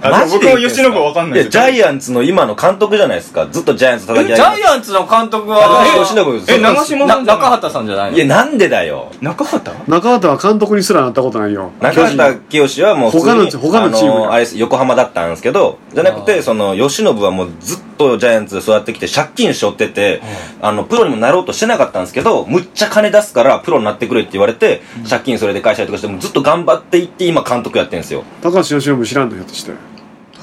D: あ僕も
B: 言って
D: 吉野部わかんない
B: いや
D: です
B: ジ
D: よ
B: ャイアンツの今の監督じゃないですかずっとジャイアンツ
A: え
B: 叩
A: ジ
B: き合
A: ャ
B: い
A: イアンツの監督は
B: 高橋由伸
D: え長
A: な
D: 嶋さんじゃない
A: 中畑さんじゃないの
B: いやなんでだよ
D: 中畑
C: 中畑は監督にすらなったことないよ
B: 中畑清はもう普通に
C: 他の他のチーム
B: あのあれです横浜だったんですけどじゃなく
A: あ
B: てその慶喜はもうずっとジャイアンツで育ってきて借金しょってて、あのプロにもなろうとしてなかったんですけどむっちゃ金出すからプロになってくれって言われて、借金それで返したりとかしてもうずっと頑張っていって今監督やってるんですよ
C: 高橋由伸知らんのひょっとして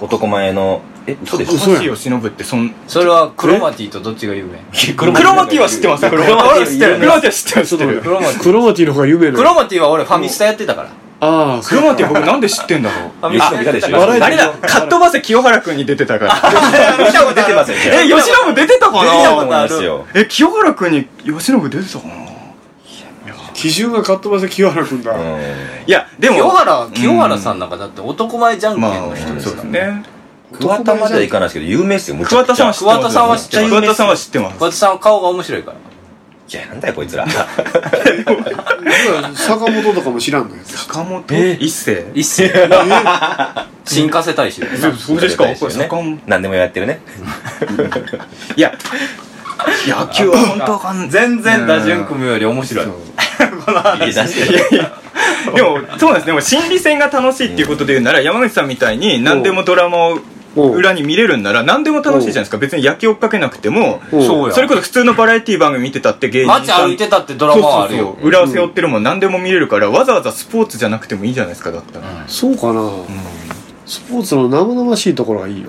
B: 男前のえ嘘でしょ
C: 嘘やん
D: 高橋由伸ってそん、
A: それはクロマティとどっちが有名
D: クロマティは知ってます。クロマティは知ってる。クロマティは知ってる。知ってる
A: クロマティ
C: クロマティの方が有名な
A: クロマティは俺ファミスタやってたから
C: ああ
D: クロマティ僕なんで知ってんだろう。
A: ファミスタやってたか
B: あ
A: ら
B: 吉野
D: あれだ、カットバセ清原くんに出てたから。
B: 出てますよ
D: え、吉野部出てたか
A: 出てた
B: そう
A: か
D: な
B: なんですよ
D: え、清原くんに吉野部出てたかな
C: 基準がかっ飛ばせ清原君だ、
B: う
D: いや、でも。
A: 清原清原さんなんかだって男前じゃんけんの 人です
D: そう
A: か
D: で
A: ら
D: すね。
B: ん桑田まではいかないですけど有名ですよむちゃ
D: 桑
B: く
D: 田
B: ち
D: さん
B: ゃ
D: は知ってます。
A: 桑田さんは知ってます
D: 桑田さんは知ってます。
A: 小田さんは顔が面白いから
B: いやなんだよこいつら
C: 坂本とかも知らんのよ
D: 坂本一世
A: 一 世新化世大 使
D: そうですか
B: ですよね
D: 坂本
B: 何でもやってるね
D: いや、野球は本当わかんない
A: 全然打順組むより面白い
B: いい出してる
D: でもそうなんですでも心理戦が楽しいっていうことで言うなら山口さんみたいに何でもドラマを
C: おう
D: 裏に見れるんなら何でも楽しいじゃないですか別に野球追っかけなくても
C: おう
A: そうや
D: それこそ普通のバラエティ番組見てたって芸人
A: 街
D: さん
A: 歩いてたってドラマはある
D: そう
A: よ
D: そうそう裏を背負ってるもん何でも見れるからわざわざスポーツじゃなくてもいいじゃないですかだったら、
C: そうかな、スポーツの生々しいところがいいよ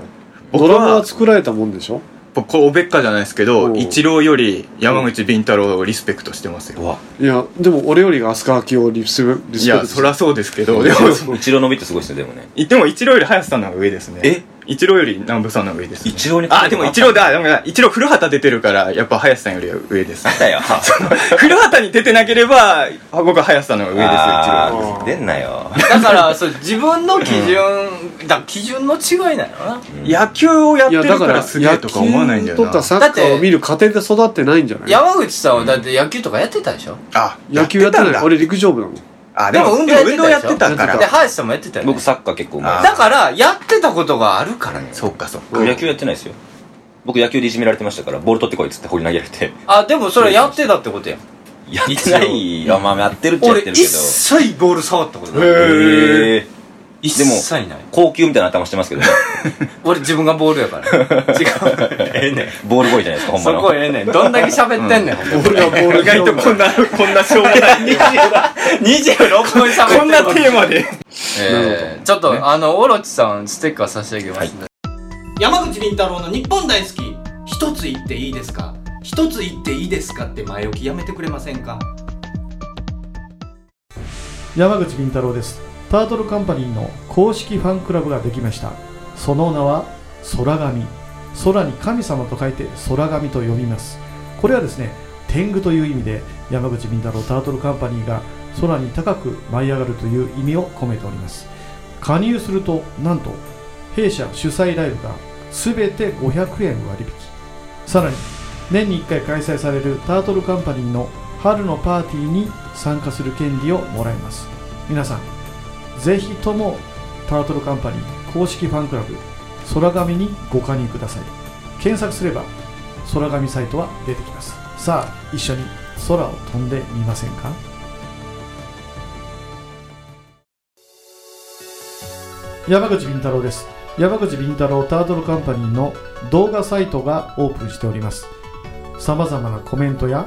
D: 僕
C: ド
D: は
C: ラマは作られたもんでしょ
D: 僕こうおべっかじゃないですけ
C: お
D: ど
C: う
D: イチローより山口敏太郎をリスペクトしてますよ
B: わ
C: いやでも俺よりが飛鳥明夫をリスペリ
D: い
C: スペ
D: や
C: クト
D: そりゃそうですけど でも
B: うちろ伸びってすごいですねでもね
D: でもイチローより林さんの方が上ですね
B: え
D: イチローより南部さんの方が上です、ね、
B: 一郎に
D: あでも一郎だでも一郎古畑出てるからやっぱ林さんよりは上 ですね
B: だよ
D: 古畑に出てなければあ僕は林さんの方が上ですよ一郎
B: あー出んなよ
A: だからそう自分の基準だ基準の違いなのな
D: 野球をやってるからすげえ
C: 野
D: とか思わないんだ
C: 球
D: よ
C: とか
D: な
C: サッカーを見る過程で育ってないんじゃない
A: 山口さんはだって野球とかやってたでしょ
D: あ
C: 野球やって
D: ん
C: な
D: だ
C: い俺陸上部だもん
D: あでも
A: でも運
D: 運
A: 動
D: 動
A: やってたでしょ
D: やってたか
C: や
A: で
C: って
D: ら
A: 林さんもやってたよね
B: 僕サッカー結構うまい
A: だからやってたことがあるからね
D: そうかそうか
B: 僕野球やってないですよ僕野球でいじめられてましたからボール取ってこいっつって放り投げられて
A: あでもそれやってたってことやん
B: やってないよまあやってるっちゃやっ
A: 俺
B: てるけ
A: 一
B: ど
A: 切ボール触ったことない
D: へー
B: へえ
A: 一
B: でも
A: 切ない
B: 高級みたいな頭してますけどね
A: 俺自分がボールやから 違うええねん
B: ボールボーイじゃないですかほんま
A: そ
B: の
A: こええねんどんだけ喋ってんねん、ほんま
C: 俺がボール
D: 意外とこんな こんなしょうもない
A: 26分喋ってる
D: こんなテーマで
A: えーちょっと、あのオロチさんステッカー差し上げますね、山口倫太郎の日本大好き一つ言っていいですか一つ言っていいですかって前置きやめてくれませんか
E: 山口敏太郎ですタートルカンパニーの公式ファンクラブができましたその名は空神空に神様と書いて空神と呼びますこれはですね天狗という意味で山口敏太郎タートルカンパニーが空に高く舞い上がるという意味を込めております加入するとなんと弊社主催ライブが全て500円割引さらに年に1回開催されるタートルカンパニーの春のパーティーに参加する権利をもらいます皆さんぜひともタートルカンパニー公式ファンクラブ空紙にご加入ください検索すれば空紙サイトは出てきますさあ一緒に空を飛んでみませんか山口敏太郎です山口敏太郎タートルカンパニーの動画サイトがオープンしておりますさまざまなコメントや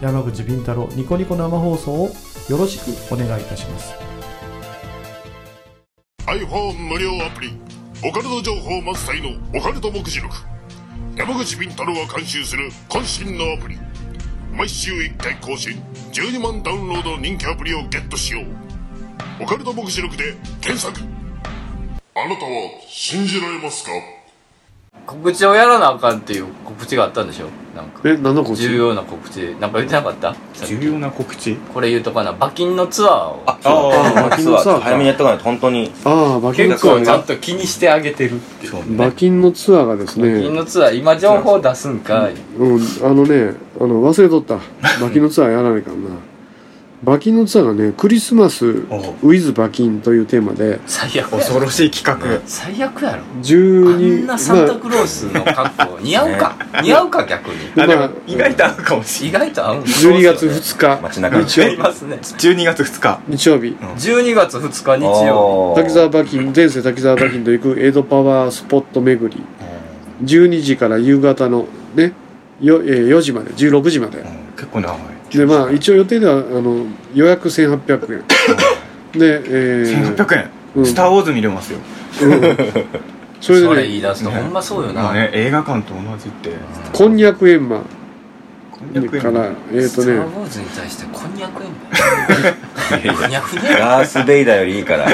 E: 山口敏太郎ニコニコ生放送をよろしくお願いいたします
F: iPhone 無料アプリオカルト情報満載のオカルト目次録山口敏太郎が監修する渾身のアプリ毎週1回更新12万ダウンロードの人気アプリをゲットしようオカルト目次録で検索あなたは信じられますか
A: 告知をやらなあかんっていう告知があったんでしょなんか
C: え何のこっち
A: 重要な告知なんか言ってなかった
D: 重要な告知
A: これ言うとかな馬琴のツアーを
B: あそうだ
C: あー
B: マックスは
C: マックスは
B: 早めにやっとかないと本当に
C: ああ馬琴
A: 結
C: ツア
A: 構
C: ー
A: ちゃん
C: が
A: と気にしてあげてるっていう
C: 馬琴のツアーがです
A: 馬琴
C: ね
A: のツアー今情報出すんかい
C: うんあのねあの忘れとった馬琴のツアーやらないからな馬琴のツアーがねクリスマスウィズ馬琴というテーマで
A: 最悪や
D: 恐
A: ろ
D: ろしい企画
A: 最悪やろあ
C: 12
A: んなサンタ
C: まあ
A: クロースの格好似合うか似合うか逆に
D: あで
C: まあ
D: も意外と合うかもしれ
A: 意外と合うんだ
C: 12月2日
B: 街中
A: 日曜日ますね
D: ない12月2日
C: 日曜日
A: 12月2日日曜
B: おー
C: 滝沢馬琴前世滝沢馬琴と行く江戸パワースポット巡り12時から夕方のねよえー4時まで16時まで
D: うん結構長い
C: でまあ一応予定ではあの予約1800円で、えー
D: 1800円、
C: うん
D: スター・ウォーズ見れますよ、
C: そ
A: 日
C: れ
A: そ
C: で
A: れ
C: ね
A: 言い出すとほんまそうよ
D: ま
A: な
D: あね、映画館と同じって
C: こんにゃく円満
D: 100
C: から
D: 円
C: えっ、
A: ス
C: と
A: ター・
C: ね
A: ウォーズに対してこんにゃくえん
B: いやい
A: こん
B: や
A: にゃくね
B: ダース・ベイダーよりいいから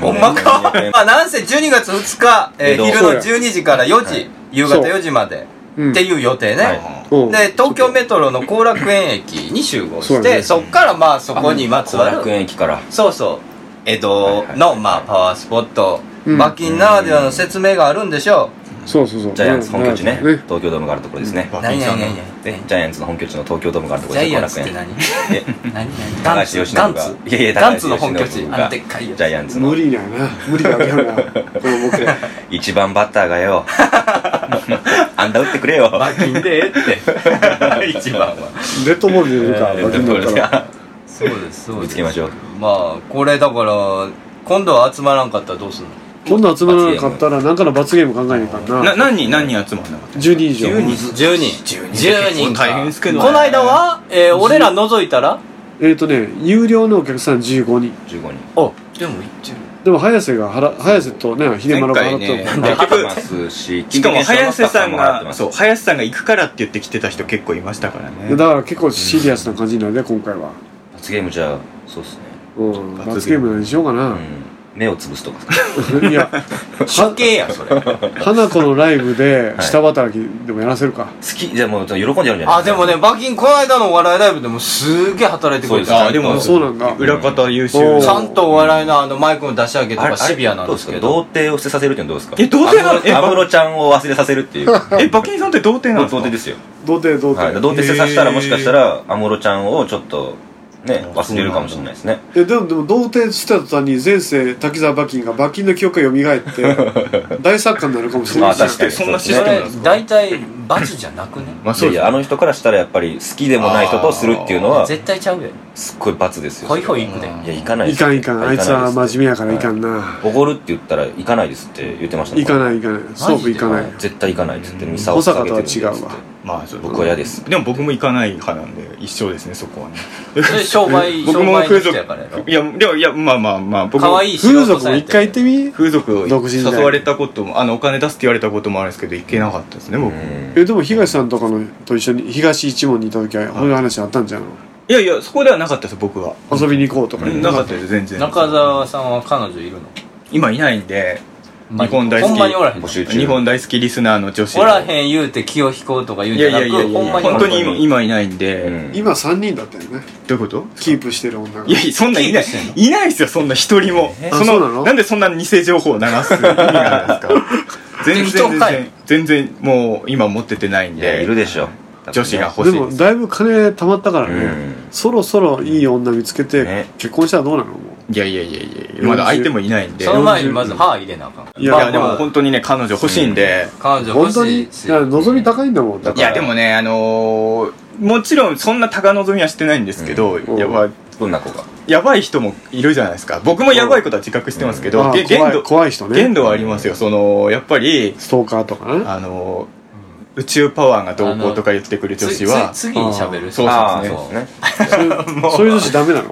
A: ほんまかまあなんせ12月2日、えー
B: えどう
A: 昼の12時から4時、夕方4時まで、
C: うん
A: っていう予定ね、
B: はい
C: うん
A: で東京メトロの後楽園駅に集合
C: そう
A: し
C: だ
A: て
C: ね
A: そっからまあそこにまつ
B: 後
A: わる
B: 楽園駅から。
A: そうそう江戸のまあパワースポット
C: うん
A: 馬琴ならではの説明があるんでしょ
C: そうそうそう
B: ジャイアンツ本拠地ね。
C: うんうん
B: 東京ドームがあるところですね。
A: う
D: 馬
A: 何
D: 琴さ
A: 何
D: んの
A: 何
B: え
A: 何
B: ジャイアンツの本拠地の東京ドームがあるとこ
A: ジ
B: ろ
A: ャ
B: です
A: イ
B: 後
A: アンツ
B: 楽
A: って
B: 園。
A: 何
B: え
A: 何
B: 高
A: ガ
B: 橋
A: ンツ
B: 由伸
A: ガン
B: が
A: ツ
B: いやいや
A: ガンツの本拠地
B: 高橋由伸が
A: あのでっかいや
B: ジャイアンツの
C: 無理だよな無理だよ なこの僕ら
B: 一番バッター がよ。あんだ打ってくれよ。
A: 馬琴でええって 一番は
C: デッドボールで出るか
B: えー
C: 馬琴だったら
A: そうですそう
B: 見
A: で
B: つ
A: す
B: けましょう。
A: まあこれだから今度は集まらんかったらどうするの
C: 今度集まらなかったら何かの罰ゲーム考えにいかんな
D: な何人何人集まんなかった
C: 12以上
A: 10人10人か
D: 大変ですけどね
A: この間は、えー俺ら除いたら
C: えっ、とね有料のお客さん15人
B: 15人。
A: あでもいってる
C: でも早瀬が払早瀬とね秀丸が払った
D: 前回ね
B: で、
D: 結
B: 来
D: 局
B: てますし、
D: しかも早瀬さんが
B: そ
D: そうう。林さんが行くからって言って来てた人結構いましたからね
C: だから結構シリアスな感じになるね今回は、
B: 罰ゲームじゃあ、そうっすね。
C: うん、
D: 罰ゲーム
C: 罰ゲームなんにしようか
B: う
C: な、
B: ん。目をつぶすとか。
C: い や
A: 処刑やそれ
C: 花子のライブで下働きでもやらせるか、
B: 好き、じゃあもう喜んじゃうんじゃない
A: あでもね馬琴この間のお笑いライブでもすげえ働いてくれ
B: そう
A: た
D: あでも
C: そうなんだ
D: 裏方優秀
C: お
A: ち
C: ー
A: ゃんとお笑いのあのマイクの出し上げと
B: あ
A: か
B: れ
A: シビアなんですけ
B: ど
A: ど
B: うですか童貞を捨てさせるっていうのはどうです
D: え
B: か
D: 童貞なのえ
B: 安室ちゃんを忘れさせるっていう
D: え馬琴さんって童貞なん
B: 童
D: ですか
B: 貞ですよ、
C: 童貞
B: は
C: 童
B: い、
C: 貞、
B: 童貞捨てさせたらもしかしたら安室ちゃんをちょっとね忘れるかもしれないですね
C: えでもでも童貞した途端に前世滝沢馬琴が馬琴の記憶が蘇って大作家になるかもしれない
B: あ確かに
D: そんなシ
A: そ
D: ステム
A: れ
D: なんですか
A: 大体罰じゃなくね
D: ま
B: い
D: あそ
B: や
D: う
B: い
D: で
B: やあの人からしたらやっぱり好きでもない人とするっていうのは
A: 絶対ちゃうよ
B: すっごい罰ですよ
A: ホイホイ行くで
D: うん
B: いや行かない
C: いかんいかんあいつは真
B: 目
C: 面目やからいかんな
B: おごるって言ったら行かないですって言ってました
C: いか
B: い
C: ないいかないそういかない
B: 絶対行かないっつってミサを
C: 小
B: 下
C: 坂
B: げ
C: と
B: て
C: は
B: るって
C: 違
B: 言って
C: うわ
D: まあそう
B: 僕は嫌です
D: でも僕も行かない派なんで一緒ですねそこはね
A: それ商売商
D: 僕も
A: 売の
D: 風
A: 人
D: 俗
A: やからやろ
D: いやいやいやまあまあまあ僕
A: 可愛い仕
C: 風
A: 事
C: 俗
A: さ
C: も
A: れ
C: 一回行ってみ
D: 風俗を
C: 独身時
D: 誘
C: 代
D: われたこともあのお金出すって言われたこともあるんですけど行けなかったですね僕、い
B: うん
C: えでも東さんとかのと一緒に東一門にいた時はこういう話あったんじゃん
D: やいやそこではなかったです僕は
C: 遊びに行こうとか
D: なかったです全然
A: 中澤さんは彼女いるの
D: 今いないんで
A: まあ
D: 日本大好き
A: ほんまにおらへんの
B: 募集中
D: 日本大好きリスナーの女子
A: おらへん言うて気を引こうとか言うん
D: い
A: じ
D: や
A: ゃ
D: い
A: な
D: やいや
A: く
D: い
A: ほんま
D: や
A: におらへん
D: 本当に今今いないんで、
B: うん
C: 今3人だったよね
D: どういうこと
C: キープしてる女が
D: いやいやそんなんいない
A: キープしてんの
D: いないですよそんな一人も、
C: あそうなの
D: んでそんな偽情報を流す意味があるんですか全然
A: 適当
D: 全
A: かい
D: 然全然もう今持っててないん
B: いや
D: で
B: いるでしょ
D: 女子が欲
C: で
D: しい
C: も
D: です
C: だいぶ金貯まったから
B: う
C: ね、
B: ん
C: そろそろいい女見つけて
B: ね
C: 結婚したらどうなのも
D: いやいやいやいやまだ相手もいないんでい
A: その前にまず歯入れなあかん
C: いや
A: ま
D: や
A: あ
D: で
A: ま
D: も
A: あ
D: 本当にね彼女欲しいんで、
A: 彼
C: う
A: 女
C: 本
A: 欲
C: 当
A: し
C: に
A: い
C: い
A: し
C: や望み高いんだもんだ
D: い
C: から
D: やでもねあのーもちろんそんな高望みはしてないんですけど、
C: うん
D: やばい
B: どんな子が
D: やばい人もいるじゃないですか僕もやばいことは自覚してますけど、
C: ああ
D: げ限
C: 怖い
D: 度
C: 怖い人ね
D: 限度はありますよそのやっぱり
C: ストーカーとかね
D: あの宇宙パワーがどうこうとか言ってくる女子は
A: つつ次に喋る
D: そう
B: ああ
D: そう
B: そ
D: そう
B: うですね
C: そういう女子ダメなの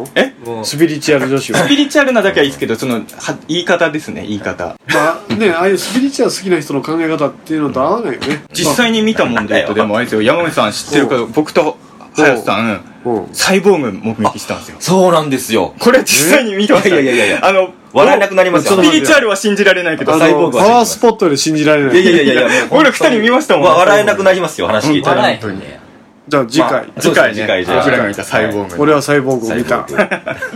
A: もう
C: スピリチュアル女子
D: ス
C: は
D: ピリチュアルなだけはいいですけどそのは言い方ですね言い方
C: まあねああいうスピリチュアル好きな人の考え方っていうのと合わないよね
D: 実際に見たもんで言うとでもあれですよ山口さん知ってるか
C: う
D: 僕と林さん
C: うんうん
D: サイボーグ目撃したんですよ
B: そうなんですよ
D: これは実際に見てました
B: えいやいやいやいや
D: あの
B: 笑えなくなりますよ
D: スピリチュアルは信じられないけど
C: あ
B: サイボー
C: の
B: グ
C: パ
B: は信じます
C: ワースポットより信じられない
B: いやいやいやいやもう
D: 俺二人見ましたもん
B: わ笑えなくなりますよ話聞いた
A: 笑
B: ら
A: えへんねや
C: じゃあ次回
B: まあ
D: 次
B: そ
D: 回
B: うですね次
D: ね
B: 回じゃあ
D: 僕らが見たサイボーグ
C: 俺はサイボーグを見た
B: サイ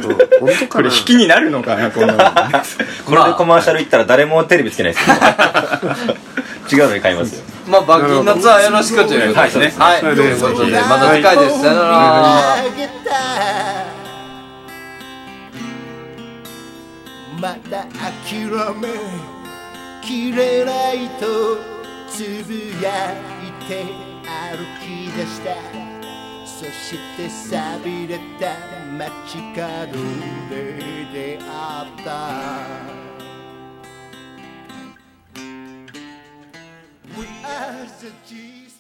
B: ボーグ
C: うん本当
D: こ
C: か
D: れ
C: な
D: 引きになるのかなこんなの
B: これでコマーシャル行ったら誰もテレビつけない ですよ違うのに買いますよ
A: まあ罰金のツアーよろしくということですねはい
C: そう
A: と
C: で
A: いう
C: す
A: ことでまた次回ですさよなら
G: また諦めきれないとつぶやいて歩き出したそして錆びれた街角で出会った We are the Jesus